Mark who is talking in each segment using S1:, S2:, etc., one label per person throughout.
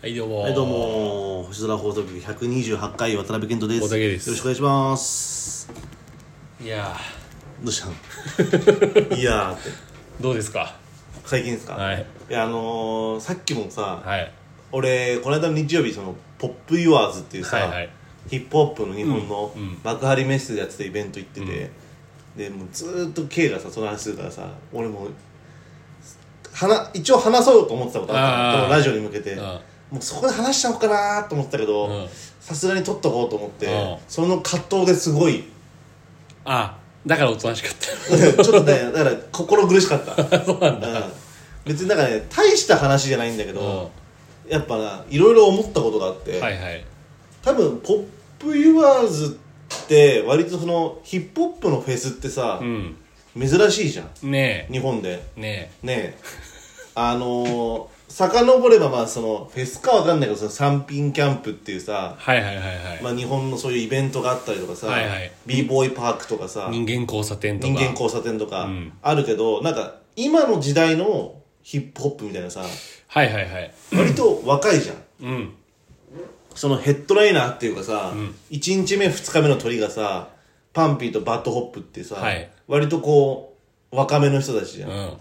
S1: はいどうも
S2: はいどうも星空放送局128回渡辺健人です
S1: 小竹です
S2: よろしくお願いします
S1: いや
S2: ど うしたんいやーって
S1: ーどうですか
S2: 最近ですか、
S1: はい
S2: いやあのー、さっきもさ、
S1: はい
S2: 俺この間の日曜日その「ポップ・ユアーズ」っていうさ、
S1: はいはい
S2: ヒップホップの日本の
S1: うんうん
S2: 幕張メッセでやってたイベント行ってて、でもうずーっと K がさその話するからさ俺も話一応話そうと思ってたことあっ
S1: あ
S2: た
S1: ー
S2: のこのラジオに向けて
S1: あ
S2: もうそこで話しちゃおうかなーと思ってたけ
S1: う
S2: ど
S1: ん
S2: さすがに取っとこうと思って
S1: うん
S2: その葛藤ですごい
S1: あだからおとなしかっ
S2: ちょっとねだから心苦しかっ たそうなんだ、別になんかね大した話じゃないんだけ
S1: た
S2: ど、やっぱないろいろ思ったことがあって、
S1: はいはい
S2: 多分ポップユアーズって割とそのヒップホップのフェスってさ
S1: う、ん
S2: 珍しいじゃん
S1: ね
S2: 日本で
S1: えね
S2: ねえあのー、遡ればまあそのフェスかわかんないけどその三品キャンプっていう
S1: え
S2: さ、
S1: はいはいはいはい、
S2: まあ、日本のそういうイベントがあったりとかさ、
S1: はいはい
S2: b ボーイパークとかさ
S1: 人間交差点とか
S2: 人間交差点とか
S1: うん
S2: あるけど、なんか今の時代のヒップホップみたいなさ
S1: はいはいはい
S2: 割と若いじゃん
S1: うん
S2: そのヘッドライナーっていうかさ、一1日目2日目の鳥がさパンピーとバッドホップってさ、
S1: はい
S2: 割とこう若めの人たちじゃん、
S1: うんは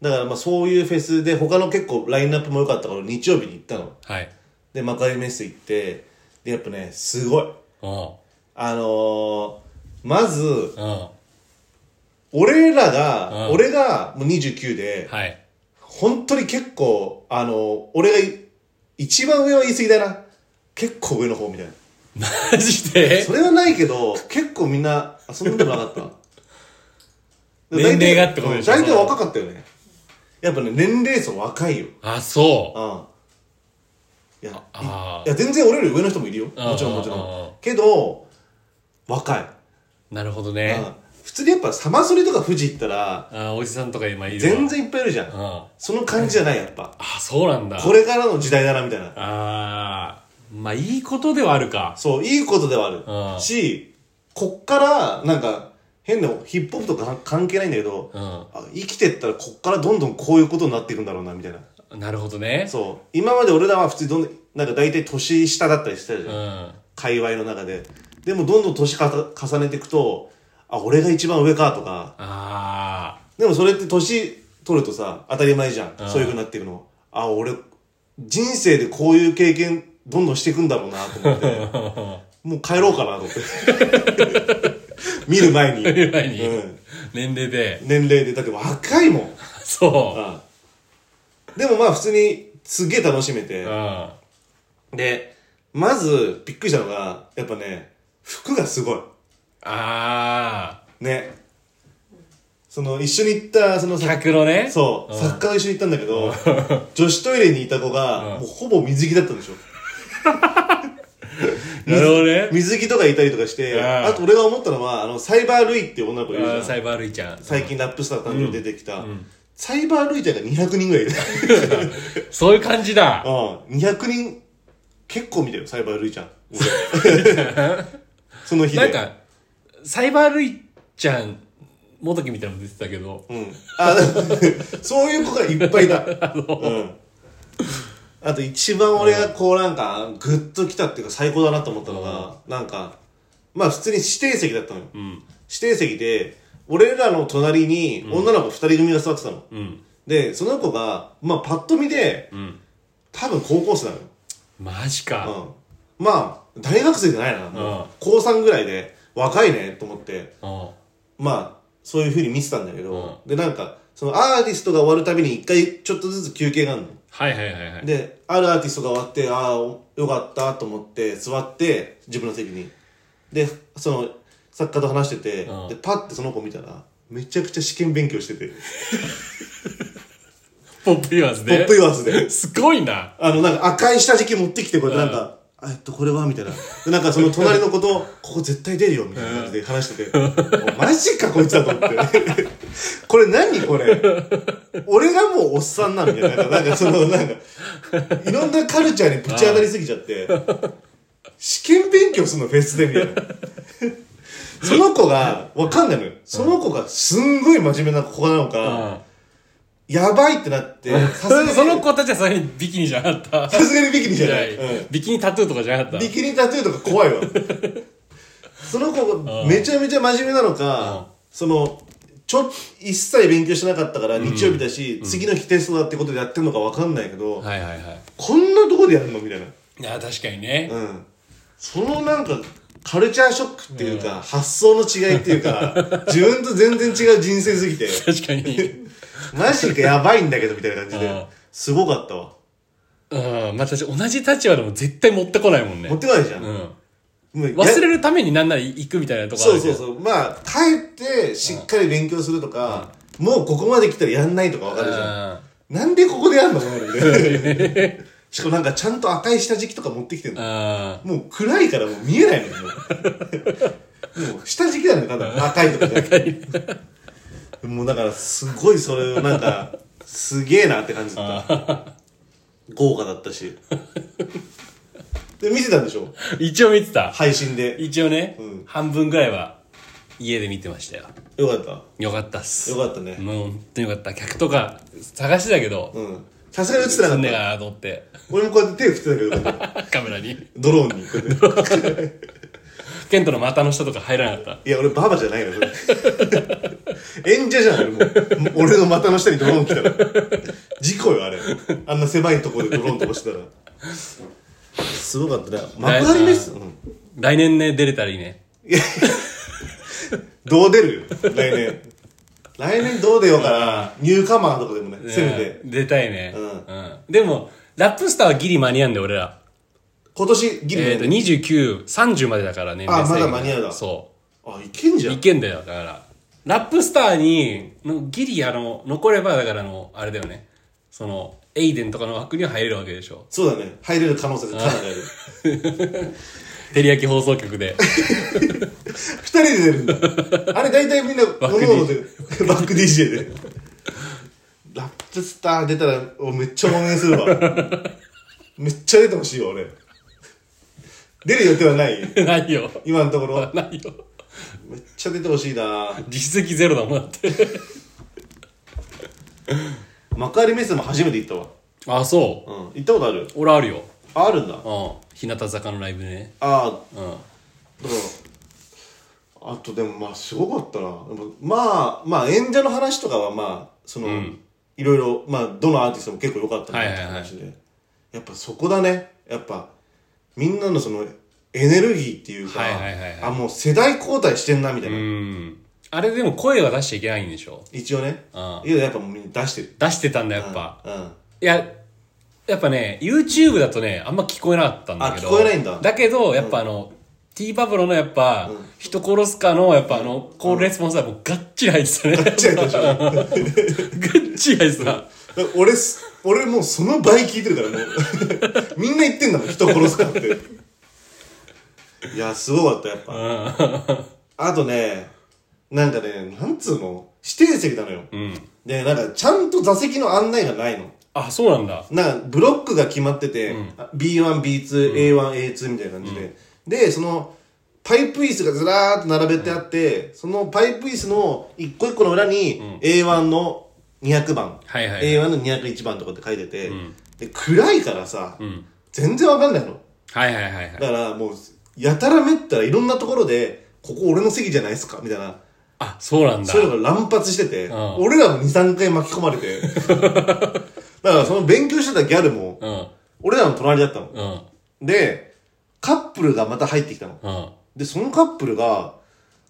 S2: だからまあそういうフェスで他の結構ラインナップも良かったから日曜日に行ったの
S1: い
S2: で幕張メッセ行ってでやっぱねすご
S1: う
S2: い
S1: ん
S2: あのー、まず
S1: うん
S2: 俺らが、
S1: うん
S2: 俺がもう29で、
S1: はい
S2: 本当に結構あのー、俺がい一番上は言い過ぎだな結構上の方みたいな
S1: マジで
S2: それはないけど、結構みんな遊んでもなかった。
S1: 年齢がってことでしょ
S2: 大体若かったよね。やっぱね、年齢層若いよ。
S1: あそう
S2: ああいや
S1: ああ
S2: いや、全然俺より上の人もいるよ。もちろんもちろ
S1: ああああ
S2: ん。けど、若い。
S1: なるほど
S2: う
S1: ね
S2: ん普通にやっぱサマソリとか富士行ったら、
S1: あおじさんとか今いるわ
S2: 全然いっぱいいるじゃ
S1: うん
S2: ん。
S1: あ
S2: その感じじゃない、やっぱ。
S1: そうなんだ
S2: これからの時代だな、みたいな。
S1: ああまあいいことではあるか
S2: そう、いいことでは
S1: う
S2: あ
S1: ん
S2: る。し、こっから、なんか、変なヒップホップとか関係ないんだけど、
S1: う
S2: あ生きてったらこっからどんどんこういうことになっていくんだろうなみたいなん
S1: なるほどね
S2: そう今まで俺らは普通にどんどんなんか大体年下だったりしてたじゃん、
S1: うん
S2: 界隈の中ででもどんどん年かた重ねていくとあ俺が一番上かとか
S1: あ
S2: でもそれって年取るとさ当たり前じゃん、
S1: うん
S2: そういうふうになっていくのあ俺人生でこういう経験どんどんしていくんだろうなと思って
S1: あ。
S2: もう帰ろうかなと思って 見る前に
S1: 見る前に
S2: うん、
S1: 年齢で。
S2: 年齢でだって若いもん
S1: そ
S2: うんでもまあ普通にすげえ楽しめ
S1: う。
S2: て
S1: う。ん。
S2: で、まずびっくりしたのが、やっぱね、服がすごい。
S1: あ
S2: ね。その一緒に行った、その
S1: ー。
S2: さ
S1: 客のね。
S2: そう、作家と一緒に行ったんだけど、女子トイレにいた子
S1: う
S2: が、
S1: ん
S2: もうほぼ水着だったんでしょ。
S1: なるほどね。
S2: 水着とかいたりとかして、
S1: うん
S2: あと俺が思ったのは、あの、サイバールイっていう女の子いるじゃ
S1: あー
S2: ん
S1: サ。イバールイちゃん。
S2: 最近ラップスター誕生に出てきた。サイバールイちゃんが200人ぐらいいる。
S1: そういう感じだ。
S2: うん、200人結構見たよサイバールイちゃん俺 その日で
S1: なんか、サイバールイちゃん、もどきみたいなの出てたけど。
S2: うん、あ そういう子がいっぱいいたうん、あと一番俺がこうなんかグッときたっていうか最高だなと思ったのが、なんかまあ普通に指定席だったのよ、
S1: ん
S2: 指定席で俺らの隣に女の子2人組が座ってたの、
S1: うん。
S2: でその子がまあパッと見で
S1: うん。
S2: 多分高校生なのよ
S1: マジか。
S2: うん、まあ大学生じゃないな、もう高3ぐらいで若いねと思って
S1: うん。
S2: まあそういうふうに見てたんだけど、でなんかそのアーティストが終わるたびに一回ちょっとずつ休憩があるの、
S1: はいはいはいはい。
S2: であるアーティストが終わってああよかったと思って座って自分の席にでその作家と話してて、
S1: うん
S2: でパッてその子見たらめちゃくちゃ試験勉強してて
S1: ポップイワーズ
S2: ポ
S1: で。
S2: ップイワースで
S1: すごいな。
S2: あの、なんか赤い下敷き持ってきて、これなんか、あえっと、これはみたいな。で、なんかその隣の子と、ここ絶対出るよ、みたいな感じで話してて、おマジか、こいつだと思って。これ何これ。俺がもうおっさんな、みたいな。なんか、なんかその、なんか、いろんなカルチャーにぶち当たりすぎちゃって、試験勉強するの、フェスで、みたいな。その子が、わかんないのよ。その子がすんごい真面目な子なの
S1: う
S2: か、
S1: ん。
S2: やばいってなって、さすがに、
S1: その子たちはさすがにビキニじゃなかった。
S2: さすがにビキニじゃ
S1: じゃ
S2: な。
S1: ないい
S2: うん
S1: ビキニタトゥーとかじゃなかった。
S2: ビキニタトゥーとか怖 いわ。その子がめちゃめちゃ真面目なの
S1: うん
S2: か、その、ちょ、一切勉強してなかったから日曜日だし、次の日テストだってことでやってんのかわかんないけど、
S1: はいはいはい。
S2: こんなとこでやるのみたいな。
S1: いや、確かにね。
S2: うん。そのなんか、カルチャーショックっていうか、発想の違いってい うか、自分と全然違う人生すぎて、
S1: 確かに。
S2: マジかやばいんだけどみたいな感じ
S1: うん
S2: で、すごかったわ。
S1: うん。まあ、私、同じ立場でも絶対持ってこないもん
S2: 持っ
S1: ね。
S2: てこないじゃん。
S1: うん。
S2: もうや
S1: 忘れるためになんなら行くみたいなとこあ
S2: そう
S1: るじ
S2: そ
S1: ゃ。
S2: うん
S1: う
S2: そう。まあ、帰ってしっかり勉強するとか、もうここまで来たらやんないとかわかるじゃん。
S1: ん。
S2: なんでここでやんの しかもなんかちゃんと赤い下敷きとか持ってきてるの。
S1: あ
S2: もう暗いからもう見えないのよ。もうもう下敷きなんだよ、ただ赤いとかじゃなくて。もうだからすごいそれをなんか、すげえなって感じだった。豪華だったし。で、見てたんでしょ
S1: あ。一応見てた。
S2: 配信で。
S1: 一応ね
S2: うん、
S1: 半分ぐらいは家で見てましたよ。
S2: よかった。
S1: よかったっす。
S2: よかったね。
S1: もう本当によかった。客とか探してたけど、
S2: うん。さすがに映ってな
S1: す
S2: か
S1: ん
S2: っ
S1: ねえ
S2: た。
S1: かなと思って、
S2: 俺もこうやって手振ってたけど、
S1: カメラに。
S2: ドローンにこうやって。
S1: ケントの股の下とか入らなかっ
S2: いや、俺ババじゃないのよ、 それ演者じゃん、俺もう。俺の股の下にドローン来たら。事故よ、あれ。あんな狭いところでドローン飛ばしてたら。すごかったね。幕張です。うん。
S1: た。来年ね、出れたらいいね。
S2: どう出るよ、来年。来年どう出ようかな。ニューカマーとかでもね、せめて。
S1: うん出たいね。
S2: うん
S1: んでも、ラップスターはギリ間に合うんで、俺ら。
S2: 今年、ギリ
S1: えっと、
S2: ね。
S1: 29、30までだからね。
S2: あ
S1: 年齢制限
S2: まだ間に合うだ
S1: そ
S2: あ、いけんじ
S1: う。
S2: ゃ
S1: い
S2: ん。
S1: けんだよ、だから。ラップスターに、のギリ、あの、残れば、だからあの、あれだよね。その、エイデンとかの枠には入れるわけでしょ。
S2: そうだね。入れる可能性がかなりある。
S1: テリヤキ放送局 で。
S2: 二人で出るんだ。あれ大体みんな、
S1: ック
S2: 各々で、バック DJ で。ラップスター出たら、俺めっちゃ応援するわ。めっちゃ出てほしいわ、俺。出る予定はない
S1: ないよ。
S2: 今のところ。
S1: ないよ。
S2: めっちゃ出てほしいな
S1: 実績ゼロだもんだって。
S2: 幕張メッセも初めて行ったわ。
S1: あ、そう。
S2: うん。行ったことある
S1: 俺あるよ。
S2: あ、あるんだ。
S1: う
S2: あ
S1: ん。日向坂のライブね。
S2: あ、
S1: うん。
S2: だからあとでもまあすごかったなでもまあまあ演者の話とかはまあその、いろいろまあどのアーティストも結構良かったな
S1: はい
S2: っ
S1: はい
S2: て
S1: はい
S2: 話で、やっぱそこだねやっぱみんなのそのエネルギーっていうか、
S1: はいはいはいはい
S2: あもう世代交代してんなみたいな、
S1: うん。あれでも声は出しちゃいけないんでしょ
S2: 一応ね
S1: あ
S2: いややっぱもうみんな出してる
S1: 出してたんだ、やっぱ。
S2: うん うん
S1: いや、やっぱね、YouTube だとね、あんま聞こえなかったんだけど。
S2: あ聞こえないんだ
S1: けど、やっぱあの、T パブロのやっぱ、人殺すかの、やっぱあの、コールレスポンスはもうがっちり入ってたね。がっ
S2: 違う違う違う
S1: ちり入ってた。
S2: だから俺す、俺もうその倍聞いてるからもう。 みんな言ってんだもん、人殺すからって。いや、すごかった、やっぱ。あとね、なんかね、なんつうの指定席なのよ。で、なんかちゃんと座席の案内がないの。
S1: あ、そうなんだ。
S2: なんかブロックが決まってて、B1、B2、A1、A2 みたいな感じで。で、その、パイプ椅子がずらーっと並べてあって、そのパイプ椅子の一個一個の裏に、A1 の200番、
S1: はいはいはい
S2: A1 の201番とかって書いてて、で暗いからさ、全然わかんないの。
S1: はいはいはいはい。
S2: だからもう、やたらめったらいろんなところで、ここ俺の席じゃないですかみたいな。
S1: あ、そうなんだ
S2: そう。いうのが乱発してて、
S1: ん
S2: 俺らも2、3回巻き込まれ て。だからその勉強してたギャルも、
S1: うん。
S2: 俺らの隣だったの。
S1: うん。
S2: で、カップルがまた入ってきたの。
S1: うん。
S2: で、そのカップルが、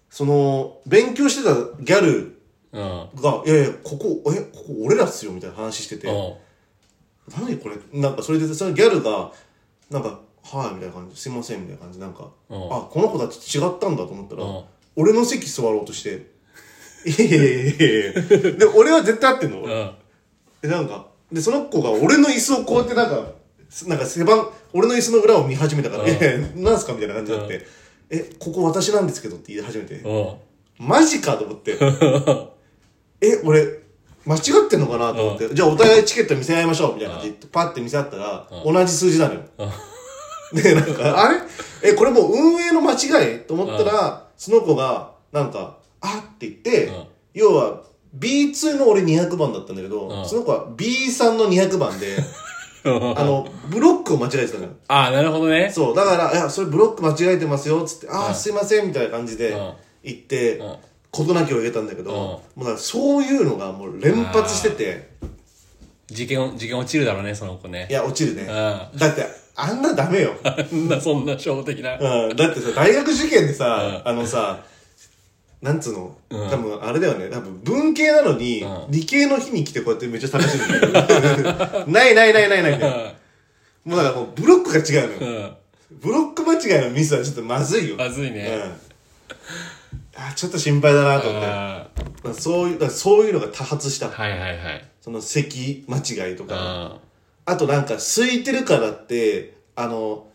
S2: その、勉強してたギャル
S1: うん。
S2: が、いやいや、ここ、え、ここ俺らっすよ、みたいな話してて、
S1: うん。
S2: 何これなんかそれで、そのギャルが、なんか、はい、みたいな感じ、すいません、みたいな感じ、なんか、
S1: うん
S2: あ、この子たち違ったんだと思ったら、
S1: うん
S2: 俺の席座ろうと して、いやいやいやいやいやで、俺は絶対合ってんの、俺
S1: うん。
S2: で、なんか、で、その子が俺の椅子をこうやってなんか、すなんか背番、俺の椅子の裏を見始めたから、ええなんすかみたいな感じになって、え、ここ私なんですけどって言い始めて、
S1: うん。
S2: マジかと思 って、え、俺、間違ってんのかなと思って、じゃあお互いチケット見せ合いましょうみたいな感じで、パッて見せ合ったら、同じ数字なのよ。 で、なんか、あれえ、これもう運営の間違いと思ったら、その子が、なんか、あって言って、
S1: うん
S2: 要は、 B2 の俺200番だったんだけど、
S1: うん
S2: その子は B3 の200番 で、あの、ブロックを間違えてたのよ。
S1: ああ、なるほどね。
S2: そう、だから、いや、それブロック間違えてますよ、つって、あ
S1: う
S2: あ、
S1: ん
S2: すいません、みたいな感じで
S1: うん、
S2: 行って
S1: うん、
S2: 事なきを入れたんだけど、
S1: うん
S2: もうだからそういうのがもう連発してて、
S1: 事件、事件落ちるだろうね、その子ね
S2: い。や、落ちるね。
S1: う
S2: だって、あんなダメよ。
S1: あん な、そんな、初歩的な。
S2: うん、だってさ、大学受験でさ、あのさ、なんつうの、
S1: うん
S2: 多分あれだよね、多分文系なのに、
S1: うん
S2: 理系の日に来てこうやってめっちゃ探してるんだよ。 ないないないないないみたいな。もうだからもうブロックが違うのよ。
S1: うん。
S2: ブロック間違いのミスはちょっとまずいよ。
S1: まずいね
S2: うん。あちょっと心配だなと思って。だか
S1: あ
S2: らそういう、だからそういうのが多発し
S1: ー
S2: た。
S1: はいはいはい。
S2: その席間違いとか。
S1: あ
S2: あとなんか、空いてるからって、あの、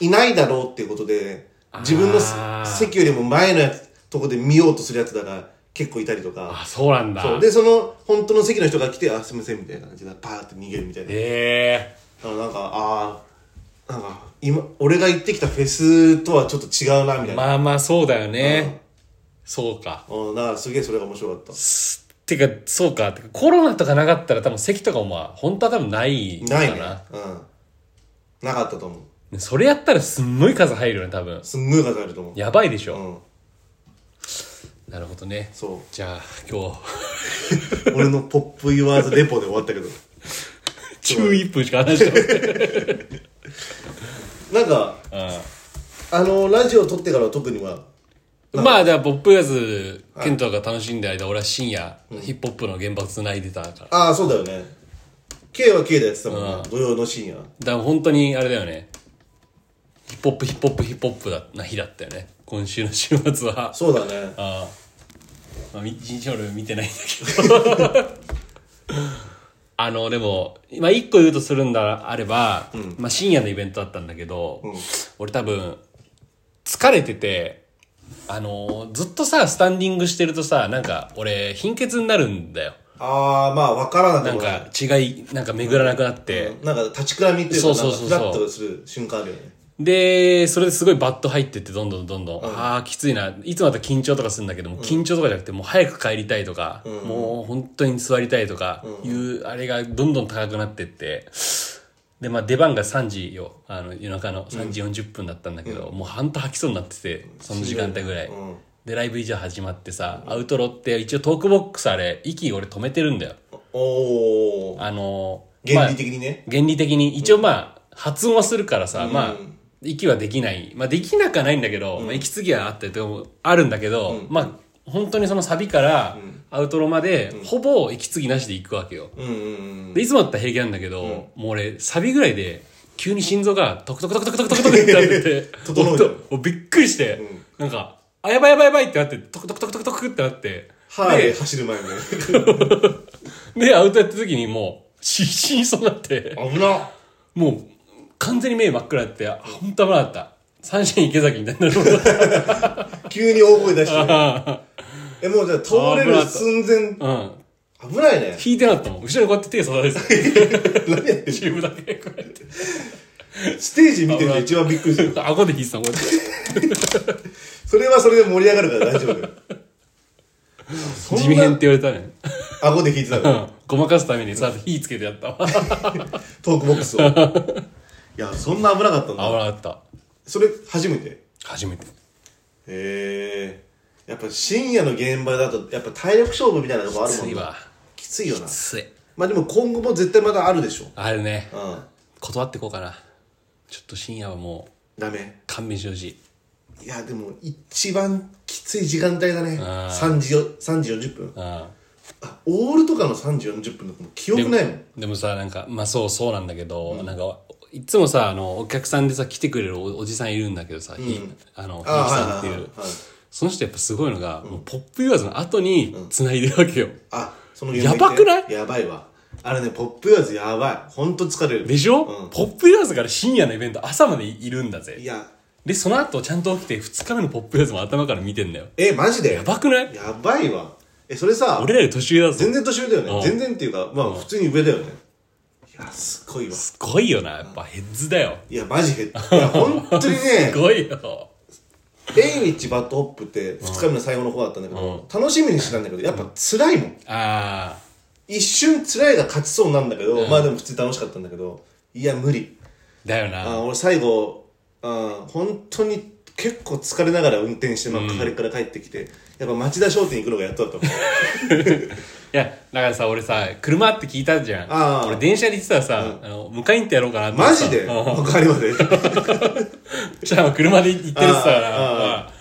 S2: いないだろうっていうことで、自分の
S1: あー
S2: 席よりも前のやつ、とこで見ようとするやつだから、結構いたりと
S1: あ、
S2: か。
S1: そうなんだ。
S2: そう。で、その、本当の席の人が来て、あ、すみません、みたいな感じで、パーって逃げるみたいな。
S1: え
S2: あのなんかああなんか今俺が行ってきたフェスとはちょっと違うなみ
S1: え
S2: たいな、
S1: まあまあ、そうだよ
S2: うん
S1: ね。そうか。
S2: うん、だからすげえそれが面白かった
S1: すてか、そうか。てかコロナとかなかったら多分席とかもまあ、本当は多分ないのか
S2: ないねうんなかったと思う
S1: な。それやったらすんごい数入るよね、多分。
S2: すんごい数あると思う
S1: やばいでし
S2: う
S1: ょ。
S2: ん
S1: なるほどね。
S2: そ
S1: じゃあ、今日、
S2: う俺のポップユアーズレポで終わったけど
S1: 11分しか話してない。
S2: なんかあのラジオ撮ってからは特には
S1: うんまあ、じゃあ、ポップやつ、ケントが楽しんでる間、俺は深夜、ヒップホップの現場繋いでたから。
S2: ああそうだよね K は K でやってたもんな、
S1: うん
S2: 土曜の深夜
S1: だから本当にあれだよねヒップホップヒップホップヒップホップだな日だったよね今週の週末は
S2: そうだね
S1: ああ、まあ、み一日俺見てないんだけどあのでも今一個言うとするんだあれば、まあ、深夜のイベントだったんだけど、俺多分疲れててあのずっとさスタンディングしてるとさなんか俺貧血になるんだよ
S2: ああまあわからなく
S1: なん
S2: もない
S1: か違いなんか巡らなくなって、
S2: なんか立ちくらみっていうか
S1: そうそうそうそう
S2: なんかフラッとする瞬間あるよね
S1: で、それですごいバッと入ってって、どんどんどんどん、ああ、きついな。いつもだったら緊張とかするんだけども、緊張とかじゃなくて、もう早く帰りたいとか、もう本当に座りたいとか、いう、あれがどんどん高くなってって、で、まあ出番が3時よ、あの、夜中の3時40分だったんだけど、もう半と吐きそうになってて、その時間帯ぐらい。
S2: うん
S1: で、ライブ以上始まってさ、アウトロって、一応トークボックスあれ、息俺止めてるんだよ。
S2: おお
S1: あのー、まあ
S2: 原理的にね、
S1: 原理的に一応まあ発音はするからさ、
S2: ん
S1: まあ息はできないまあできなくはないんだけど、まあ、息継ぎはあったりとかもあるんだけど、まあ本当にそのサビからアウトロまでほぼ息継ぎなしで行くわけよ、
S2: うんうんうん
S1: でいつもだったら平気なんだけど、もう俺サビぐらいで急に心臓がトクトクトクトクトクトクトクってなってて
S2: 整うじゃん
S1: 音もうびっくりして、なんかあやばいやばいやばいってなってトクトクトクトクトクってなって
S2: ハーレ
S1: で
S2: ー走る前にね
S1: でアウトやった時にもう失神しそうになって
S2: 危な
S1: もう、完全に目真っ暗やって、あ本当危なかった。三振池崎みたいになるもんだ
S2: 急に大声出して えもうじゃあ倒れる寸前
S1: うん。
S2: 危な いね
S1: 引いてなかったもん。後ろにこうやって手刺されて
S2: 何やって
S1: た。
S2: ん
S1: チームだけこうやって。
S2: のステージ見てるの一番びっくりする
S1: 顎で引いてたもん、 こうやって。
S2: それはそれで盛り上がるから大丈夫だよそんな
S1: 地味編って言われたね。
S2: 顎で聞いてた
S1: う
S2: の
S1: ん。ごまかすためにさ、火つけてやった わ。危
S2: トークボックスをいやそんな危なかったん
S1: な
S2: だ
S1: かった。
S2: それ初めてへ
S1: 初めて。
S2: えやっぱ深夜の現場だとやっぱ体力勝負みたいなとこあるもん
S1: つい
S2: ね
S1: わ。
S2: きついよな
S1: つい。
S2: まあでも今後も絶対まだあるでしょ
S1: あれね、
S2: うん
S1: 断ってこうかな。ちょっと深夜はもう、
S2: ダメ
S1: 勘弁してほしい。
S2: いやでも一番きつい時間帯だね
S1: あー
S2: 3時よ3時40分
S1: うん。
S2: あオールとかの3時40分だともう記憶ないもん
S1: でもさなんかまあそうそうなんだけど、なんかいつもさあのお客さんでさ来てくれるおおじさんいるんだけどさ、ひあのひいき
S2: あ
S1: さんっていう、
S2: はいはいはいはい
S1: その人やっぱすごいのが、もうポップユアーズの後に繋いでるわけよ、
S2: あその
S1: やばくない
S2: やばいわあれねポップユアーズやばいほんと疲れる
S1: でしょ、
S2: うん
S1: ポップユアーズから深夜のイベント朝までいいるんだ
S2: い
S1: ぜ
S2: や
S1: でその後ちゃんと起きて2日目のポップユアーズも頭から見てんだよ
S2: えマジで
S1: や
S2: や
S1: ばくない
S2: ばいわえそれさ
S1: 俺らより年上だぞ
S2: 全然年上だよ
S1: う
S2: ね
S1: ん
S2: 全然っていうかまあ普通に上だよねいやすごいわ
S1: すごいよなやっぱヘッズだよ
S2: いやマジヘッドいやほんとにね
S1: すごいよ
S2: 縁日バットホップって2日目の最後の方だったんだけど、楽しみにしてたんだけど、やっぱ辛いもん。
S1: あ
S2: 一瞬辛いが勝ちそうなんだけど、まあでも普通に楽しかったんだけど、いや、無理。
S1: ー、だよ
S2: あ
S1: な。
S2: 俺最後、あ本当に結構疲れながら運転して、まあ、係から帰ってきて、やっぱ町田商店行くのがやっとだったもん。
S1: いや、だからさ、俺さ、車って聞いたじゃ
S2: あー
S1: ん。俺電車で行ってたらさ、あの、迎えに行ってやろうかなって思っ
S2: マ
S1: てた。
S2: ジで
S1: うん
S2: わかりま で。
S1: じゃあ車で行ってるって言ってたから、うん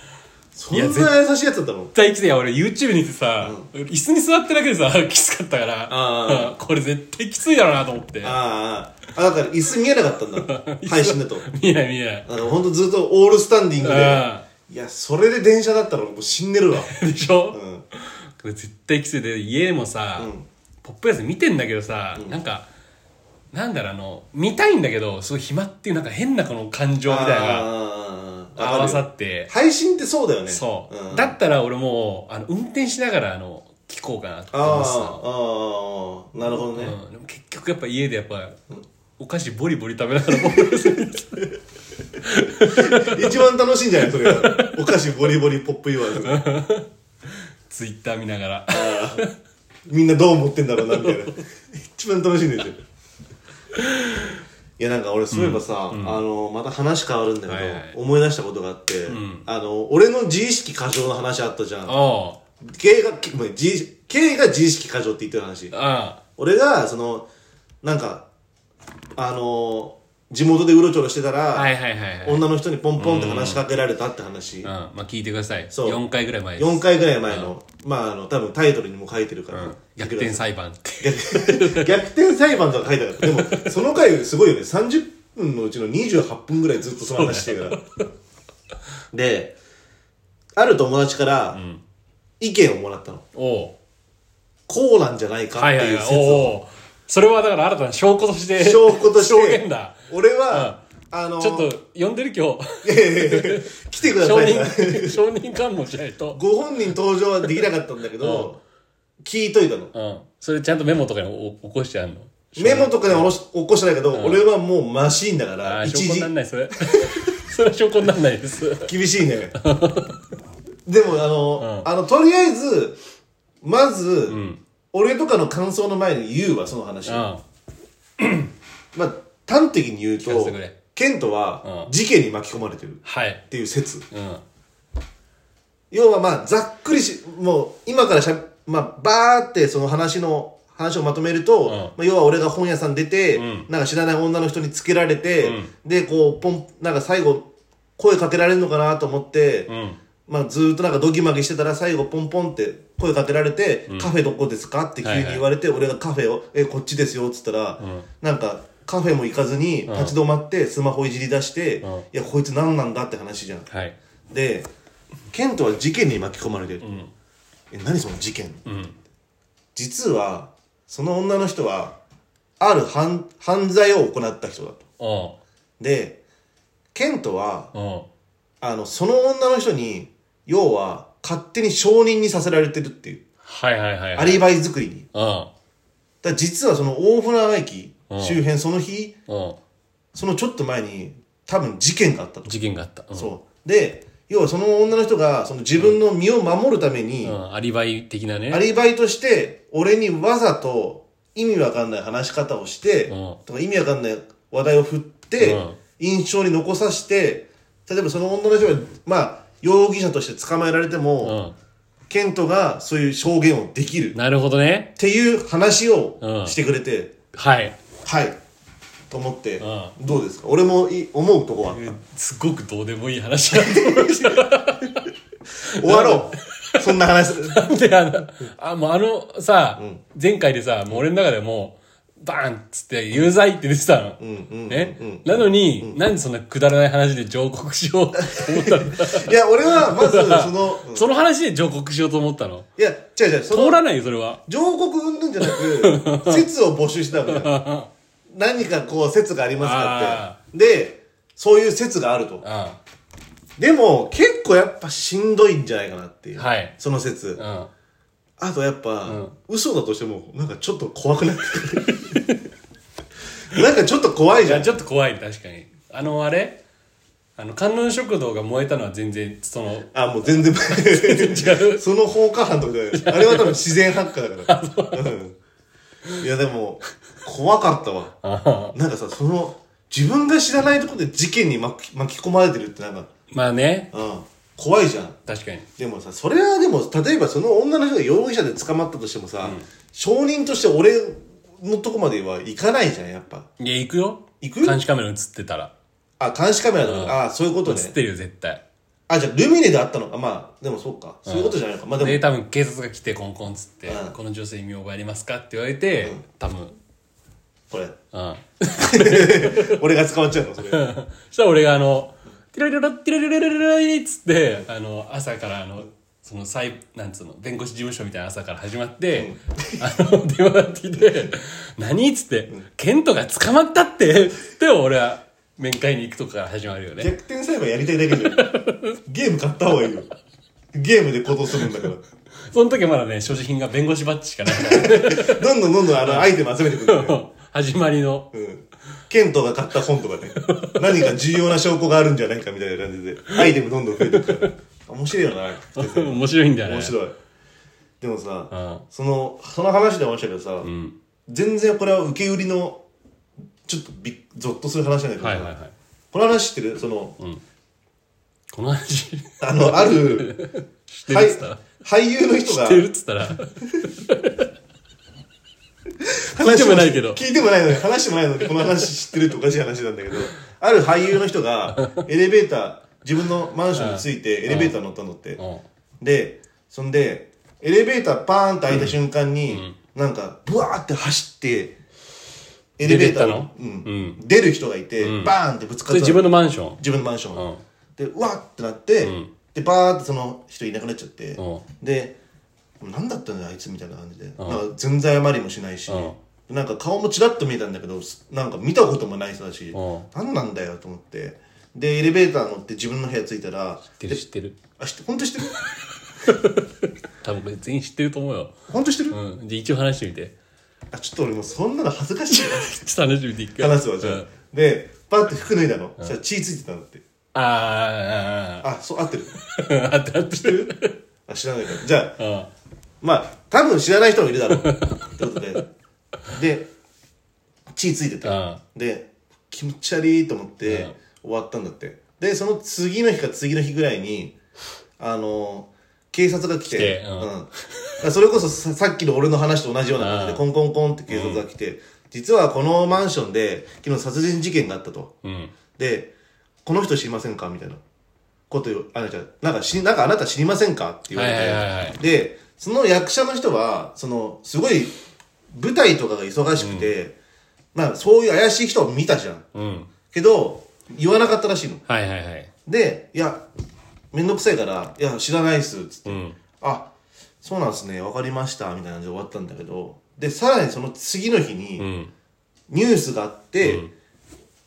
S2: そんな優しいやつだったの
S1: 絶対来てや、俺 YouTube にいてさ、椅子に座ってるだけでさ、 きつかったから、
S2: あ
S1: うんこれ絶対きついだろうなと思って。
S2: ああ、あだから椅子見えなか ったんだ。配信だと。
S1: 見えない見えない。
S2: あの、ほんとずっとオールスタンディングで。
S1: う
S2: いや、それで電車だったらもう死んでるわ。
S1: ん。でしょ、
S2: うん。
S1: これ絶対きついで家もさ、
S2: ん
S1: ポップやつ見てんだけどさ、なんかなんだろうあの見たいんだけどすごい暇っていうなんか変なこの感情みたいなのが
S2: あー
S1: 合わさ
S2: わか
S1: っ
S2: る
S1: て
S2: よ配信ってそうだよね。
S1: そう、
S2: ん
S1: だったら俺もうあの運転しながらあの聞こうかなって
S2: あー
S1: 思って
S2: あー、なるほどね。
S1: た、うん、でも結局やっぱ家でやっぱ、お菓子ボリボリ食べながらボールする
S2: 一番楽しいんじゃないそれが。お菓子ボリボリポップ言わず。
S1: ツイッター見ながら
S2: あーみんなどう思ってんだろうな、みたいな。一番楽しいんですよ。いや、なんか俺、そういえばさ、あの、また話変わるんだけど、
S1: はいはい
S2: 思い出したことがあって、あの、俺の自意識過剰の話あったじゃん。
S1: おう
S2: 経営が、ごめん自意 K が自意識過剰って言ってる話。
S1: あ
S2: 俺が、その、なんか、あの、地元でうろちょろしてたら、
S1: あはいはいはいはい、うん
S2: 女の人にポンポンって話しかけられたって話。
S1: まあ聞いてください
S2: そう
S1: 4回ぐらい前です
S2: 4回ぐらい前の、まあ、あの、多分タイトルにも書いてるから。
S1: 逆転裁判って
S2: 逆 逆転裁判とか書いてあるでもその回すごいよね30分のうちの28分ぐらいずっとその話してるから である友達から意見をもらったの
S1: おう
S2: こうなんじゃないかって
S1: はいはい
S2: いう
S1: はい。
S2: 説を
S1: おお。それはだから新たな証拠として。
S2: 証拠として
S1: 証言だ。
S2: 俺はあの
S1: ちょっと、呼んでる今日。
S2: 来てくだ
S1: 証
S2: さい
S1: 人、証人喚問しないと。
S2: ご本人登場はできなかったんだけど聞いといたの
S1: うん。それちゃんとメモとかにお起こしてあんの。
S2: メモとかではおろし起こしてないけど俺はもうマシーンだか
S1: あ
S2: ら
S1: あ、証
S2: 一
S1: 拠に
S2: 時
S1: なんない、それ。 それは証拠になんないです。
S2: 厳しい ねでもあの、あのとりあえずまず、俺とかの感想の前に言うわその話、
S1: う
S2: ま
S1: ん。
S2: あ端的に言う
S1: 聞かせ
S2: と
S1: てくれ
S2: ケントは
S1: うん
S2: 事件に巻き込まれてるっ
S1: はい。
S2: ていう説、
S1: うん。
S2: 要はまあざっくりしもう今からしゃまあバーってその話の話をまとめると、まあ、要は俺が本屋さん出て、なんか知らない女の人につけられて、でこうポンなんか最後声かけられるのかなと思って、
S1: うん。
S2: まあ、ずーっとなんかドギマギしてたら最後ポンポンって声かけられて「カフェどこですか?」って急に言われて、俺がカフェを「えこっちですよ」っつったら、なんかカフェも行かずに立ち止まってスマホいじり出して
S1: ん
S2: 「いやこいつ何なんだ?」って話じゃん。
S1: はい。
S2: でケントは事件に巻き込まれてる、え何その事件、実はその女の人はある犯犯罪を行った人だと。
S1: おう
S2: でケントは
S1: おう
S2: あの、その女の人に、要は、勝手に証人にさせられてるっていう。
S1: はいはいはい。
S2: アリバイ作りに。
S1: うん。
S2: だから実はその大船川駅
S1: うん
S2: 周辺、その日、
S1: うん。
S2: そのちょっと前に、多分事件があったと。
S1: 事件があった。うん
S2: そう。で、要はその女の人が、その自分の身を守るために、
S1: うん。アリバイ的なね。
S2: アリバイとして、俺にわざと意味わかんない話し方をして、
S1: うん
S2: とか意味わかんない話題を振って、
S1: うん
S2: 印象に残させて、例えばその女の人が、まあ、容疑者として捕まえられても、
S1: う
S2: ケントがそういう証言をできる
S1: ん。なるほどね
S2: っ。ていう話を
S1: うん
S2: してくれて、
S1: はい。
S2: はいと思って、
S1: う
S2: どうですか俺もい思うとこは
S1: すごくどうでもいい話なんで。
S2: 終わろうそんな話
S1: で、あの、あ、もうあのさ、前回でさ、もう俺の中でもう、バーンっつって、有罪って出てたの。ね。なのに、なんでそんなくだらない話で上告しようと思ったの
S2: いや俺はまずその、うん
S1: その話で上告しようと思ったの。
S2: いや違う違うそ
S1: 通
S2: の
S1: らないよ、それは。
S2: 上告云々じゃな く説を募集してたわけだよ何かこう説がありますか
S1: あ
S2: ってでそういう説がある
S1: う
S2: と
S1: ん。は
S2: でも結構やっぱしんどいんじゃないかなっていう、
S1: い。
S2: その説、
S1: うん。
S2: あとやっぱ、嘘だとしても、なんかちょっと怖くなってくる なんかちょっと怖い
S1: い
S2: じゃ
S1: や、
S2: ん。
S1: ちょっと怖い、確かに。あの、あれあの観音食堂が燃えたのは全然その
S2: あ、もう全然、
S1: 然違う
S2: その放火犯とかじゃないです。あれは多分自然発火 だから。うんいや、でも、怖かったわ。なんかさ、その、自分が知らないところで事件に巻き巻き込まれてるってなんか、
S1: まあね
S2: うん、怖いじゃん。
S1: 確かに
S2: でもさ、それはでも、例えばその女の人が容疑者で捕まったとしてもさ、証人として俺のとこまでは行かないじゃん、やっぱ。
S1: いや行くよ
S2: 行く
S1: 監視カメラ映ってたら
S2: あ、監視カメラとか、あそういうこと
S1: 映っ
S2: ね。
S1: てるよ絶対
S2: あ、じゃあルミネであったのか。まあ、でもそうか。そういうことじゃないのか。まあでも、
S1: で多分警察が来てコンコンっつって
S2: うん
S1: 「この女性に見覚えありますか?」って言われて多分
S2: これ、
S1: うん
S2: 俺が捕まっちゃうの、そ れ。
S1: そしたら俺があの、ティラリララティラリラララリっつって、あの、朝からあの、その裁、なんつうの、弁護士事務所みたいな朝から始まって、あの、電話が来て、 何っつって、ケントが捕まったって、って俺は面会に行くとこから始まるよね。
S2: 逆転裁判やりたいだけじゃん。ゲーム買った方がいいよ。ゲームで行動するんだから。
S1: その時はまだね、所持品が弁護士バッジしかないか
S2: どんどんどんどんあのアイテム集めてくるんだよね。
S1: ら、 始まりの、
S2: うん。ケントが買った本とかね。何か重要な証拠があるんじゃないかみたいな感じで、アイテムどんどん増えてくから。面白いよな。
S1: 面白いんだよね。
S2: 面白い。でもさ、
S1: うん
S2: その、その話でもありましたけどさ、全然これは受け売りの、ちょっとびっゾッとする話なんだけどさ、
S1: はいはいはい。
S2: この話知ってるその、
S1: この話、
S2: あの、ある、
S1: 知ってるっつったら、
S2: 俳優の人
S1: 知っ
S2: が
S1: てるっつったら、
S2: 話
S1: 聞いてもないけど
S2: 聞いてもないのに、話してもないのに、この話知ってるっておかしい話なんだけど、ある俳優の人が、エレベーター、自分のマンションに着いて、エレベーター乗ったのって。
S1: うん
S2: で、そんで、エレベーターパーンと開いた瞬間に、なんか、ブワーって走って、エレベーターの、う
S1: 出てったの
S2: ん出る人がいて、バーンってぶつか
S1: そ
S2: っ
S1: れ
S2: たの
S1: 自分のマンション。
S2: 自分のマンション、
S1: うん
S2: でうわっってなって、でバーってその人いなくなっちゃって、
S1: うん
S2: で何だったんだよあいつみたいな感じで、なんか全然謝りもしないし、
S1: う
S2: なんか顔もちらっと見えたんだけどすなんか見たこともない人だし、
S1: うん
S2: 何なんだよと思ってでエレベーター乗って自分の部屋着いたら
S1: 知ってる知ってる。
S2: あ知って本当知ってる
S1: 多分これ全員知ってると思うよ。
S2: 本当知ってる、
S1: うん。じゃあ一応話してみて。
S2: あちょっと俺もうそんなの恥ずかしい
S1: ちょっと話してみて一
S2: な
S1: 回。
S2: 話すわじゃあ、
S1: うん
S2: でパッて服脱いだの、そしたら血ついてたのって
S1: あーあ
S2: あそう合ってる
S1: ー、あーあー、あってあってしてる
S2: あ知らないからじゃあ
S1: うん。
S2: まあ、多分知らない人もいるだろう。 ってことで。で、血ついて
S1: うん
S2: た。で、気持ち悪いと思って、終わったんだって。で、その次の日か次の日ぐらいに、あの警察が来て、
S1: 来てうん
S2: だからそれこそささっきの俺の話と同じような感じ
S1: う
S2: で、
S1: ん
S2: コンコンコンって警察が来て、実はこのマンションで、昨日殺人事件があったと。
S1: うん。
S2: で、この人知りませんかみたいなこと言う、あ、じゃあなんか知り、なんかあなた知りませんかって言われて、
S1: はいはいはいはい
S2: で、その役者の人は、その、すごい、舞台とかが忙しくて、まあ、そういう怪しい人を見たじゃん。
S1: うん。
S2: けど、言わなかったらしいの。
S1: はいはいはい。
S2: で、いや、めんどくさいから、いや、知らないっす、つって。
S1: うん。
S2: あ、そうなんですね、わかりました、みたいな感じで終わったんだけど、で、さらにその次の日に、
S1: うん。
S2: ニュースがあって、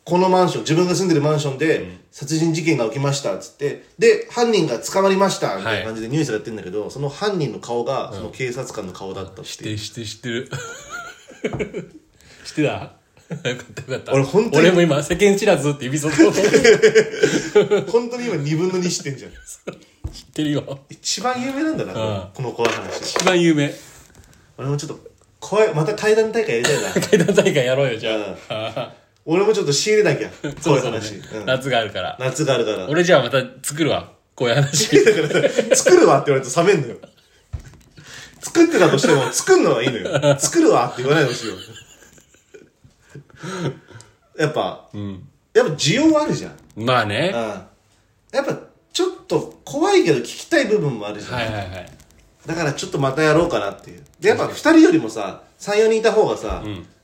S2: このマンション自分が住んでるマンションで殺人事件が起きましたっつってで犯人が捕まりましたみたいな感じでニュースやってんだけど、その犯人の顔がその警察官の顔だったっ
S1: 知ってて
S2: いう、
S1: る知ってる知ってる。 知ってたよかったよかった。
S2: 俺本当に
S1: 俺も今、世間知らずって指さ そうと思って。
S2: 本当に今2分の2知ってんじゃん
S1: 知ってるよ。
S2: 一番有名なんだな、
S1: うん
S2: この怖い話
S1: 一番有名。
S2: 俺もちょっと怖いまた怪談大会やりたいな
S1: 階段大会やろうよ、じゃあ。
S2: 俺もちょっと仕入れな きゃ
S1: そ
S2: 怖
S1: う
S2: い
S1: そうね
S2: 話、うん、
S1: 夏があるから。
S2: 夏があるから
S1: 俺じゃあまた作るわ。こういう話。
S2: だからさ作るわって言われると冷めんのよ。作ってたとしても、作るのはいいのよ。作るわって言わないでほしいよ。やっぱ、やっぱ需要はあるじゃん。
S1: まあね。は
S2: ああやっぱ、ちょっと怖いけど聞きたい部分もあるじゃん。
S1: いはいはい。
S2: だからちょっとまたやろうかなっていう。で、やっぱ二人よりもさ、三、四人いた方がさ、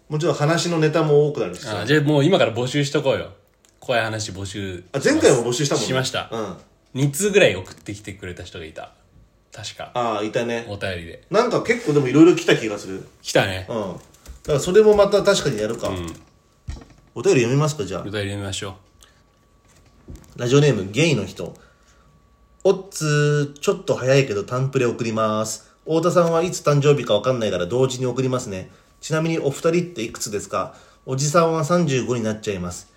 S2: もちろん話のネタも多くなるしさ。
S1: あじゃあもう今から募集しとこうよ怖い話募集
S2: あ前回も募集したもんね
S1: しました
S2: うん。あ
S1: 2通ぐらい送ってきてくれた人がいた確か
S2: あ、いたね。
S1: お便りで
S2: なんか結構でもいろいろ来た気がする。
S1: 来たね
S2: うん。だからそれもまた確かにやるか。お便り読みますか、じゃあ
S1: お。便り読みましょ
S2: ラジオネーム、ゲイの人。おっつー、ちょっと早いけどタンプレ送ります。太田さんはいつ誕生日かわかんないから同時に送りますね。ちなみにお二人っていくつですかおじさんは35になっちゃいます。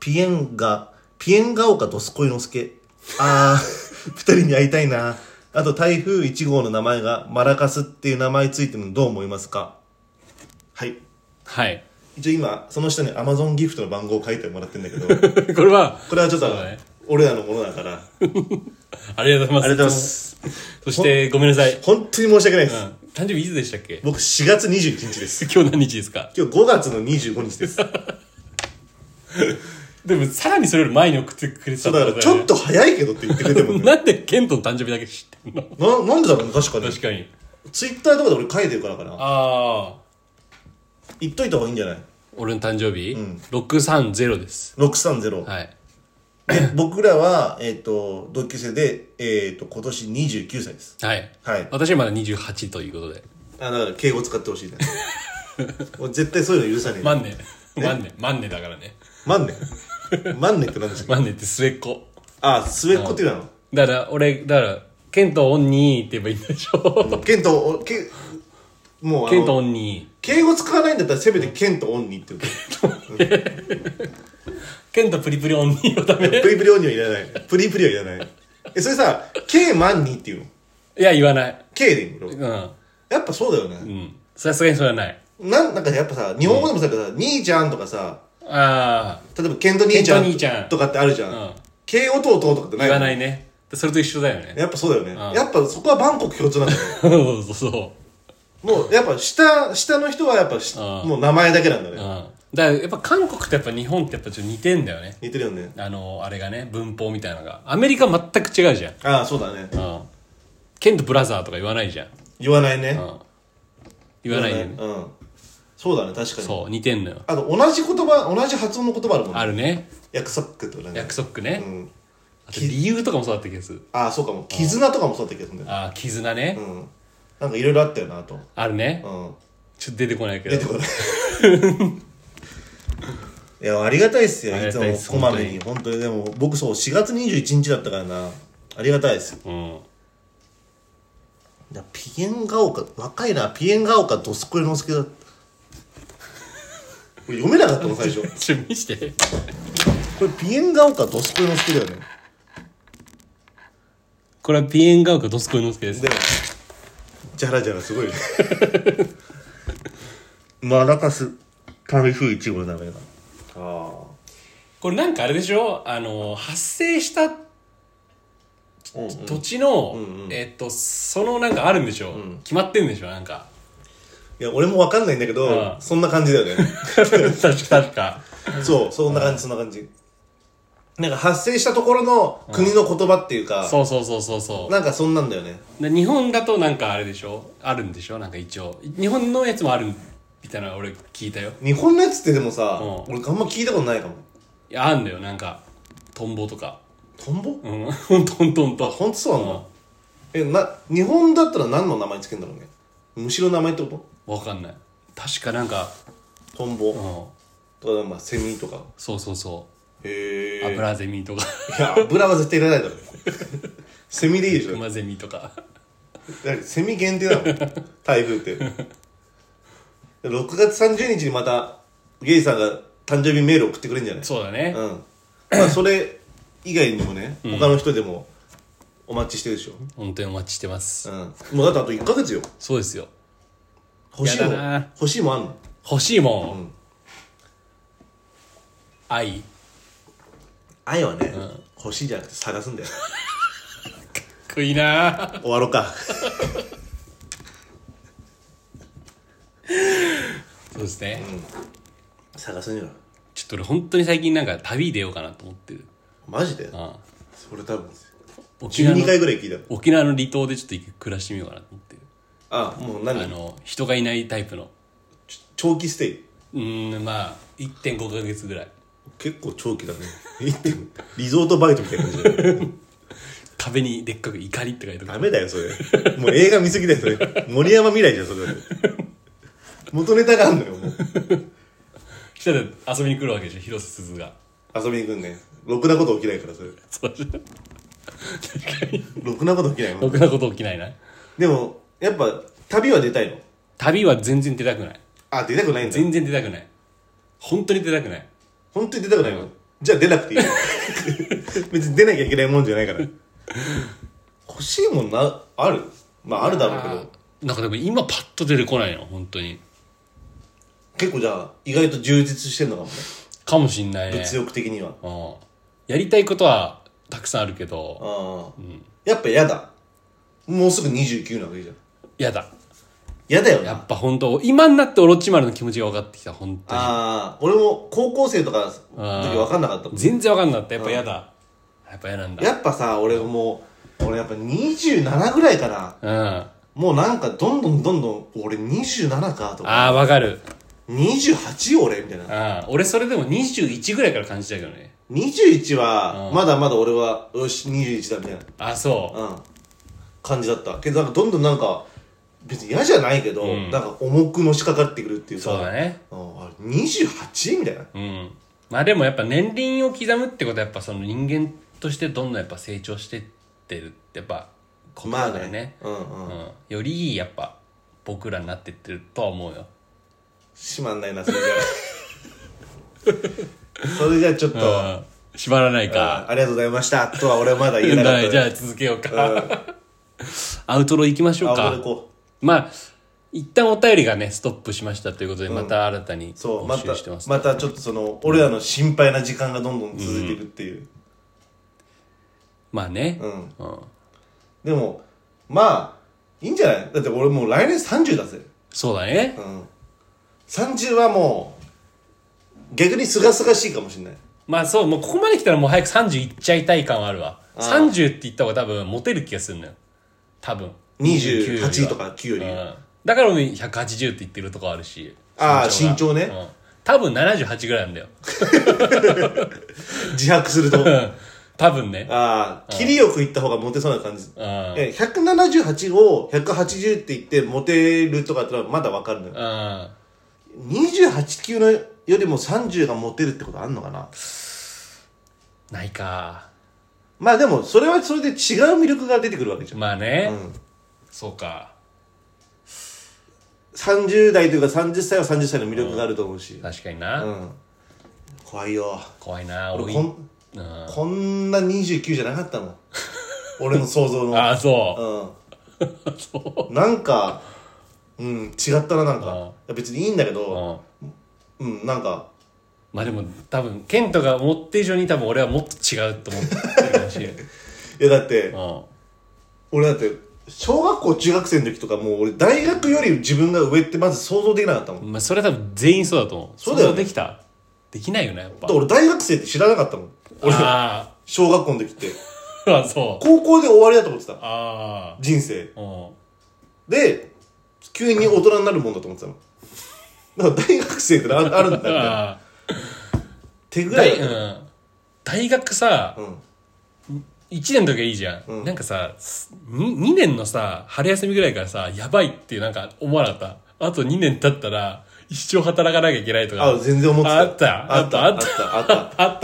S2: ピエンがピエンガオカドスコイノスケ。あー、 二人に会いたいな。あと台風1号の名前がマラカスっていう名前ついてるのどう思いますかはい。
S1: はい。
S2: 一応今、その下に Amazon ギフトの番号を書いてもらってんだけど、
S1: これは、
S2: これはちょっとあ
S1: そう
S2: の、
S1: だね
S2: 俺らのものだから。
S1: ありがとうございます。
S2: ありがとうございます。
S1: そして、ごめんなさい。うん。
S2: 本当に申し訳ないです。
S1: 誕生日いつでしたっけ
S2: 僕4月21日です。
S1: 今日何日ですか
S2: 今日5月の25日です。だか
S1: でも、さらにそれより前に送ってくれてた
S2: らちょっと早いけどって言ってくれてもね。
S1: なんでケントの誕生日だけ知ってんの
S2: な、なんでだろうね、確かに。
S1: 確かに。
S2: ツイッターとかで俺書いてるからかな。
S1: ああ。
S2: 言っといた方がいいんじゃない
S1: 俺の誕生日、?630 です。
S2: 630、
S1: はい。
S2: で僕らは、えっ、と、同級生で、えっ、と、今年29歳です。
S1: はい。
S2: はい
S1: 私はまだ28ということで。
S2: あ、だから敬語使ってほしいね。 もう絶対そういうの許さねえ。
S1: 万年。万年。万年だからね。
S2: 万年。万年って何ですか
S1: 万年って末っ子。
S2: あ、末っ子っていうの
S1: だから、俺、だから、ケントオンニーって言えばいいんでし ょ
S2: ケント、おケン、もうあ
S1: ケント
S2: の、
S1: オンニ
S2: 敬語使わないんだったらせめてケントオンにって言う
S1: ー。ケントプリプリオンニーはダメ。
S2: プリプリオンにはいらない。プリプリはいらない。え、それさ、K 万にっていうの。
S1: いや、言わない。
S2: K でいいの
S1: うん。
S2: やっぱそうだよ
S1: う
S2: ね。
S1: ん。さすがにそれはない。
S2: なん、なんかやっぱさ、日本語でもさ、兄ちゃんとかさ、
S1: ああ。
S2: 例えばケント兄ちゃん
S1: ケント兄ちゃん
S2: とかってあるじゃ
S1: うん
S2: ん。K 弟とかってな
S1: 言
S2: いの
S1: わないね。それと一緒だよね。
S2: やっぱそうだよね。やっぱそこはバンコク共通なんだよ。
S1: そうそうそう。
S2: もうやっぱ下、下の人はやっぱし
S1: うん
S2: もう名前だけなんだ
S1: うん。だ
S2: ね。
S1: から、やっぱ韓国とやっぱ日本ってやっぱちょっと似てんだよね。
S2: 似てるよね。
S1: あの、あれがね、文法みたいなのが。アメリカ全く違うじゃん。
S2: ああ、そうだね。
S1: うん。ケントブラザーとか言わないじゃん。
S2: 言わないね
S1: う。ん。言わないよね。
S2: うん。そうだね、確かに。
S1: そう、似てんのよ。
S2: あと同じ言葉、同じ発音の言葉あるもんね
S1: あ。るね。
S2: 約束ってことかね。
S1: 約束ね。
S2: うん。
S1: あと理由とかもそうだった気がする。
S2: ああ、そうかも。絆とかもそうだったけどね。
S1: ああ、絆ね。
S2: うん。なんかいろいろあったよなと。
S1: あるね。
S2: うん。
S1: ちょっと出てこないけど。
S2: 出てこない。 いや、ありがたいっすよ。
S1: あり
S2: い
S1: が
S2: つ
S1: たい
S2: も
S1: っす
S2: こまめに。本当に、でも僕そう、4月21日だったからな。ありがたいです。
S1: うん。
S2: いやピエンガオカ、若いな。ピエンガオカ、ドスコイノスケだ。これ読めなかったの、 最初。こ
S1: ちょ、見して。
S2: れピエンガオカ、ドスコイノスケだよね。
S1: これはピエンガオカドスコイノスケです
S2: で。も、ジャラジャラすごいね。マラカス、台風1号の名前が。ああ。
S1: これなんかあれでしょあの、発生した
S2: うんうん
S1: 土地の、えっと、そのなんかあるんでしょ、決まってんでしょなんか。
S2: いや、俺もわかんないんだけど
S1: う、ん
S2: そんな感じだよね。
S1: 確か確か。
S2: そう、そんな感じ、そんな感じ。なんか発生したところの国の言葉っていうか、
S1: そうそうそうそうそう。
S2: なんかそんなんだよね。
S1: で日本だとなんかあれでしょあるんでしょなんか一応日本のやつもあるみたいなの俺聞いたよ
S2: 日本のやつってでもさ、
S1: う
S2: 俺あんま聞いたことないかも。
S1: いやあんだよなんかトンボとか
S2: トンボ
S1: うん トントントンと
S2: あ、ほんとそうなの、え、な、日本だったら何の名前つけんだろうね。虫の名前ってこ
S1: わかんない確かなんか、
S2: とトンボ、
S1: うん、
S2: とか、まあ、セミとか。
S1: そうそうそ
S2: へ
S1: う
S2: え。
S1: 油ゼミとか
S2: いや、油は絶対いらないだろ。セミでいい でしょ。
S1: 熊ゼミとか
S2: だってセミ限定だもん台風って6月30日にまたゲイさんが誕生日メール送ってくれるんじゃない
S1: そうだね、
S2: んまあそれ以外にもね、他の人でもお待ちしてるでしょ、
S1: 本当にお待ちしてます、
S2: うん、もうだってあと1ヶ月よ
S1: そうですよ
S2: 欲しいも
S1: やだ
S2: ん
S1: な
S2: 欲しいもんあんの
S1: 欲しいもん、
S2: ん
S1: 愛
S2: 愛はね、欲しいじゃなくて探すんだよ
S1: くいなあ
S2: 終わろうか
S1: そうですね、
S2: 探すには
S1: ちょっと俺本当に最近なんか旅出ようかなと思ってる
S2: マジで
S1: あ
S2: それ多分
S1: 沖縄の
S2: 12回ぐらい聞いた
S1: 沖縄の離島でちょっと一回暮らしてみようかなと思ってる
S2: あもう
S1: あ
S2: 何
S1: の人がいないタイプの
S2: 長期ステイ
S1: うーんまあ1.5ヶ月ぐらい
S2: 結構長期だね リゾートバイトみたいな感じだね
S1: 壁にでっかく「怒り」って書いてあ
S2: ダ
S1: る
S2: メだよ、それ。もう映画見すぎだよ、それ。森山未来じゃん、それ。元ネタがあんのよ、もう。
S1: そしたら遊びに来るわけでしょ広瀬すずが
S2: 遊びに行くんね。ろくなこと起きないから、それ。
S1: そう じゃん
S2: ろくなこと起きないも
S1: ろ
S2: ん。
S1: くなこと起きないな
S2: でも、やっぱ、旅は出たいの。
S1: 旅は全然出たくない
S2: あ、出たくないんだ。
S1: 全然出たくない本当に出たくない
S2: 本当に出たくないの。じゃあ出なくていいよ 別に出なきゃいけないもんじゃないから欲しいもんなあるまああるだろうけど
S1: なんかでも今パッと出てこないの本当に
S2: 結構じゃあ意外と充実してんのかもね
S1: かもしんないね
S2: 物欲的には
S1: うんやりたいことはたくさんあるけど
S2: ああ、やっぱ嫌だもうすぐ29なわけじゃん
S1: やだ
S2: 嫌だよな
S1: やっぱ本当今になってオロチマルの気持ちが分かってきた本当に
S2: ああ俺も高校生とかの時
S1: あー
S2: 分かんなかったもん
S1: 全然分かんなかったやっぱやだやっぱ嫌なんだ
S2: やっぱさ俺もう俺やっぱ27ぐらいかな
S1: うんあ
S2: もうなんかどんどんどんどん俺27かとか
S1: あ分かる
S2: 28? 俺みたいな
S1: あ俺それでも21ぐらいから感じたけどね
S2: 21は
S1: うん
S2: まだまだ俺はよし21だみたいな
S1: あそう
S2: うん、感じだったけどなんかどんどんなんか別に嫌じゃないけど、
S1: うん
S2: なんか重くのしかかってくるっていうか
S1: そうだね
S2: うんあれ 28? みたいな
S1: うんまあでもやっぱ年輪を刻むってことはやっぱその人間としてどんどんやっぱ成長してってるってやっぱことだからね,、
S2: まあねうんうん
S1: うん、よりいいやっぱ僕らになってってるとは思うよ
S2: しまんないなそれじ ゃそれじゃちょっと、
S1: うん縛らない
S2: あ
S1: か
S2: ありがとうございましたとは俺はまだ言えなかった
S1: じゃあ続けようか、アウトロ行きましょう
S2: あ
S1: か
S2: 俺こ
S1: まあ一旦お便りがねストップしましたということで、また新たに
S2: うそうま
S1: 募
S2: た
S1: 集してます、
S2: またちょっとその俺らの心配な時間がどんどん続いていくっていう、
S1: まあね、
S2: うん
S1: うん
S2: でもまあいいんじゃないだって俺もう来年30だぜ
S1: そうだね
S2: うん30はもう逆にすがすがしいかもしれない
S1: まあそう、もうここまで来たらもう早く30いっちゃいたい感はあるわ。30って言った方が多分モテる気がするのよ。多分。
S2: 28と
S1: よ
S2: か9よ
S1: り
S2: り、
S1: は。うんだから俺180って言ってるとこあるし。
S2: ああ
S1: が
S2: 身長ね
S1: うん多分78ぐらいなんだよ。
S2: 自白すると
S1: うん多分ね。
S2: ああ切りよくいった方がモテそうな感じ、
S1: うん。
S2: え178を180って言ってモテるとかってのはまだわかるのよ
S1: うん。
S2: 28級のよりも30がモテるってことあんのかな
S1: ないか。
S2: まあでもそれはそれで違う魅力が出てくるわけじゃん、
S1: まあね。
S2: うん、
S1: そうか。
S2: 30代というか30歳は30歳の魅力があると思うし、
S1: 確かに
S2: う
S1: な。
S2: ん、怖いよ
S1: 怖いな。
S2: 俺
S1: 俺
S2: こ
S1: い。
S2: ん
S1: うん。あ
S2: こんな29じゃな かったもん俺の想像の
S1: あ、そう。
S2: うんなんかうん違ったななんか
S1: うん
S2: いや別にいいんだけど
S1: うん。
S2: うんなんか
S1: まあでも多分、ケントが思って以上に多分俺はもっと違うと思ってるかもしれ ない。
S2: いやだって
S1: うん。
S2: 俺だって小学校中学生の時とかもう俺大学より自分が上ってまず想像できなかったもんだ
S1: まあ、それは多分全員そうだと思う。
S2: そうだよね
S1: 想像できたできないよね、やっぱ。
S2: って俺大学生って知らなかったもん俺
S1: あ
S2: 小学校の時って
S1: ーあ、そう。
S2: 高校で終わりだと思ってた
S1: あ
S2: 人生
S1: あ。うん。
S2: で急に大人になるもんだと思ってたのだから大学生ってああるんだみたいな
S1: あ
S2: 手ぐ
S1: ー
S2: ら
S1: 大
S2: いだった
S1: うん。大学さ、
S2: うん
S1: 1年の時はいいじゃん。なんかさ、2, 2年のさ、春休みぐらいからさ、やばいっていうなんか思わなかった。あと2年経ったら、一生働かなきゃいけないとか。
S2: あ全然思ってた
S1: あった
S2: あった
S1: あ
S2: あっ
S1: った
S2: あった
S1: あっ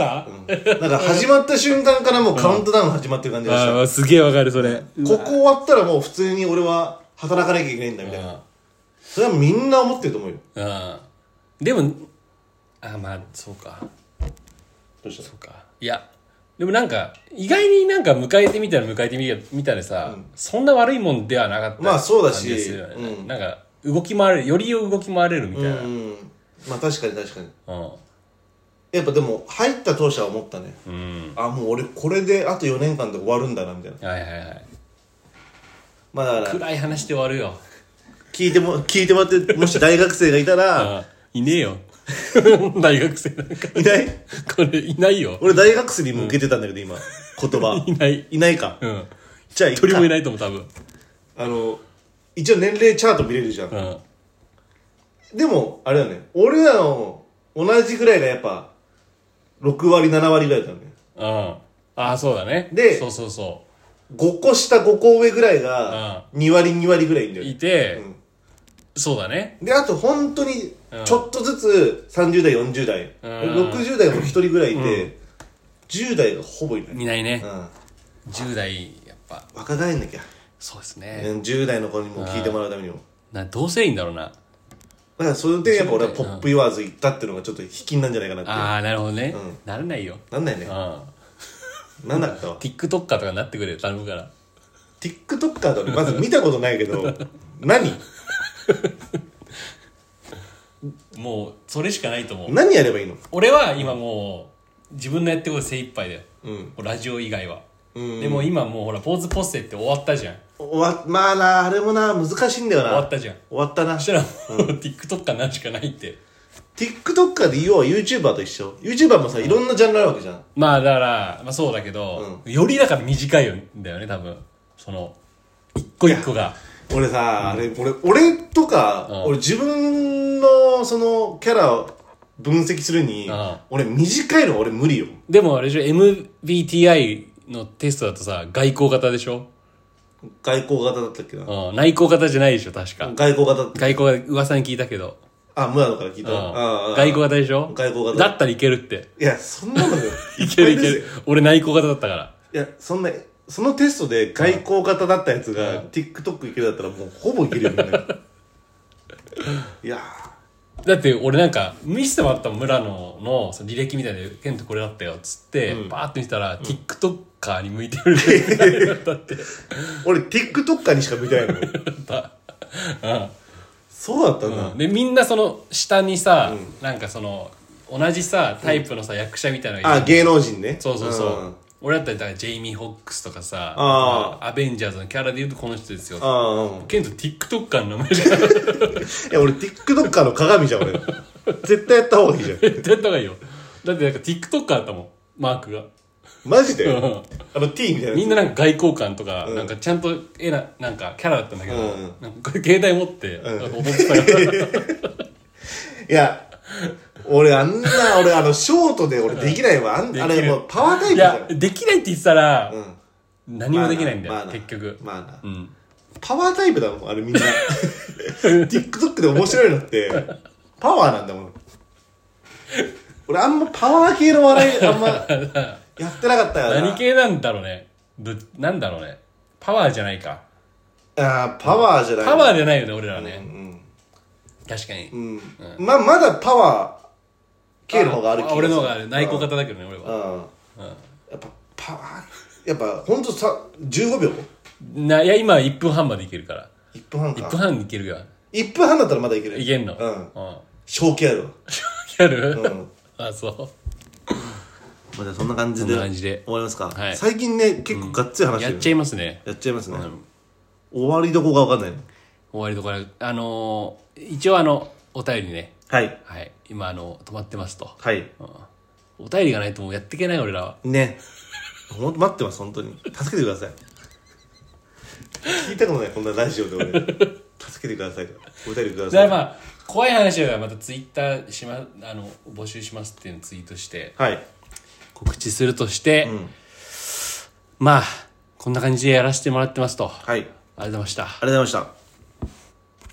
S1: た、
S2: なんか始まった瞬間からもうカウントダウン始まってる感じがした、
S1: あーすげえわかる、それ。
S2: ここ終わったらもう普通に俺は働かなきゃいけないんだみたいなそれはみんな思ってると思うよ
S1: うん。でも、あ、まあ、そうか。
S2: どうした
S1: そうかいやでもなんか意外になんか迎えてみたら迎えてみたみたらさ、そんな悪いもんではなかった
S2: まあそうだし
S1: 感じがするよね
S2: うん
S1: なんか動き回れるより動き回れるみたいな、うん
S2: うんまあ確かに確かにやっぱでも入った当初は思ったね、あもう俺これであと4年間で終わるんだなみたいな
S1: はいはいはい
S2: まあだから
S1: 暗い話で終わるよ
S2: 聞いても聞いてもらってもし大学生がい たら
S1: あいねえよ大学生なんか
S2: いない
S1: これいないよ
S2: 俺大学生に向けてたんだけど今言葉
S1: いない
S2: いないか
S1: うん
S2: じゃあ一
S1: 一人もい
S2: 回
S1: ないと思う多分
S2: あの一応年齢チャート見れるじゃん
S1: うん
S2: でも、あれだね。俺らの同じぐらいがやっぱ、6割、7割ぐらいだよね。
S1: うんああそうだね
S2: で
S1: そうそうそ
S2: 5個下、5個上ぐらいが、2割、2割ぐらいいんだ
S1: う
S2: よ
S1: い
S2: ね。
S1: て、
S2: うん
S1: そうだね
S2: で、あと本当に
S1: うん、
S2: ちょっとずつ30代、40代、
S1: うん
S2: 60代も1人ぐらいいて、10代がほぼいない。
S1: いないね
S2: う、ん。
S1: 10代やっぱ
S2: 若返んなきゃ。
S1: そうですね、
S2: うん10代の子にも聞いてもらうためにも。
S1: などうせいいんだろうな
S2: だからそれでやっぱ俺はポップ言わず行ったっていうのがちょっと引きになるんじゃないかなって
S1: ああなるほどね、
S2: うん
S1: ならないよ
S2: なんないね
S1: うん
S2: なんなかったわ
S1: TikToker とかになってくれよ頼むから
S2: TikToker だねまず見たことないけど何
S1: もうそれしかないと思う
S2: 何やればいいの
S1: 俺は今もう自分のやってること精一杯だよ、
S2: うん
S1: ラジオ以外は、
S2: うん
S1: でも今もうほらポーズポステって終わったじゃん
S2: 終わまあなあれもな難しいんだよな
S1: 終わったじゃん
S2: 終わったな
S1: そしたらもう、TikToker になるしかないって
S2: TikToker で要は YouTuber と一緒 YouTuber もさいろんなジャンルあるわけじゃん
S1: まあだから、まあ、そうだけど、よりだから短いんだよね多分その一個一個が
S2: 俺さ、あれ俺俺とか、
S1: うん
S2: 俺自分のそのキャラを分析するに、
S1: うん
S2: 俺短いの俺無理よ
S1: でもあれでしょ MBTI のテストだとさ外交型でしょ、
S2: 外交型だったっけな、
S1: うん、内向型じゃないでしょ確か、
S2: 外交型だっ
S1: 外交型噂に聞いたけど、
S2: あ村野から聞いた、
S1: うん
S2: ああ
S1: 外交型でしょ
S2: 外交型
S1: だったらいけるって
S2: いやそんなのよ
S1: いけるいけ
S2: です
S1: る
S2: よ
S1: 俺内向型だったから
S2: いやそんなそのテストで外交型だったやつが、TikTok いけるだったらもうほぼいけるよ みんないや
S1: だって俺なんか見せてもらった村野のその履歴みたいで「ケントこれだったよ」っつって、バーって見せたら、TikToker に向いてるだって
S2: ー俺 TikToker にしか見た いのそうだったんだ、
S1: でみんなその下にさ、なんかその同じさタイプのさ、役者みたいなのがい
S2: あ
S1: る
S2: 芸能人ね
S1: そうそうそう、
S2: ん
S1: 俺だったらだからジェイミー・ホックスとかさ
S2: あ
S1: アベンジャーズのキャラで言うとこの人ですよ
S2: ああうん
S1: ケント TikToker の名前じゃない
S2: いや、俺、TikToker の鏡じゃん、俺。絶対やった方がいいじゃん。
S1: 絶対やった方がいいよだってなんか TikToker だったもんマークが
S2: マジで
S1: ん
S2: あの T みたいなやつ。
S1: みんななんか外交官とか、なんかちゃんとえななんかキャラだったんだけど、
S2: うん
S1: なんかこれ携帯持って、なんか踊ってたよ
S2: いや、俺、あんな、俺、あの、ショートで俺できないわ。あん
S1: でき
S2: あ
S1: る
S2: れ、もう、パワータイ プ
S1: い
S2: じゃ
S1: や
S2: ん。
S1: できないって言ってたら、
S2: ん
S1: 何もできないんだよ、
S2: まあな
S1: 結局、
S2: まあな
S1: うん、
S2: パワータイプだもん、あれ みんな。TikTok で面白いのって、パワーなんだもん。俺、あんまパワー系の笑い、あ んま、やってなかったからな。
S1: 何系なんだろうねどなんだろうねパワーじゃないか
S2: あーパワーじゃない。
S1: パワーじゃないよね俺らはね、
S2: ん
S1: 確かに、
S2: うん。ま、まだパワー系の方がある気がする。
S1: 俺の方がある内向型だけどね俺は
S2: うんやっぱパワーやっぱほんとさ15秒
S1: ないや今1分半までいけるから
S2: 1分半
S1: 1
S2: か
S1: 分半いけるか
S2: 1分半だったらまだいける
S1: いけんの
S2: うん
S1: うん
S2: 正気あるわ
S1: やる、
S2: ん
S1: あそう
S2: まあじゃあそんな感じで
S1: そんな感じで
S2: 終わりますか、
S1: はい
S2: 最近ね結構がっつり話して
S1: や
S2: る、
S1: っちゃいますね
S2: やっちゃいますね、終わりどこがわかんないの
S1: 終わりところあのー一応あのお便りね
S2: はい
S1: はい今あの止まってますと、
S2: はい
S1: お便りがないともうやっていけない俺らは
S2: ねほんと待ってます本当に助けてください聞いたことないこんなラジ オで俺助けてくださいお便りく
S1: だ
S2: だ
S1: か
S2: さ
S1: ら
S2: い
S1: まあ怖い話はまたツイッターし、ま、あの募集しますっていうのをツイートして
S2: はい
S1: 告知するとして、まあこんな感じでやらせてもらってますと、あり
S2: はいあり
S1: がとうございました
S2: がとうございました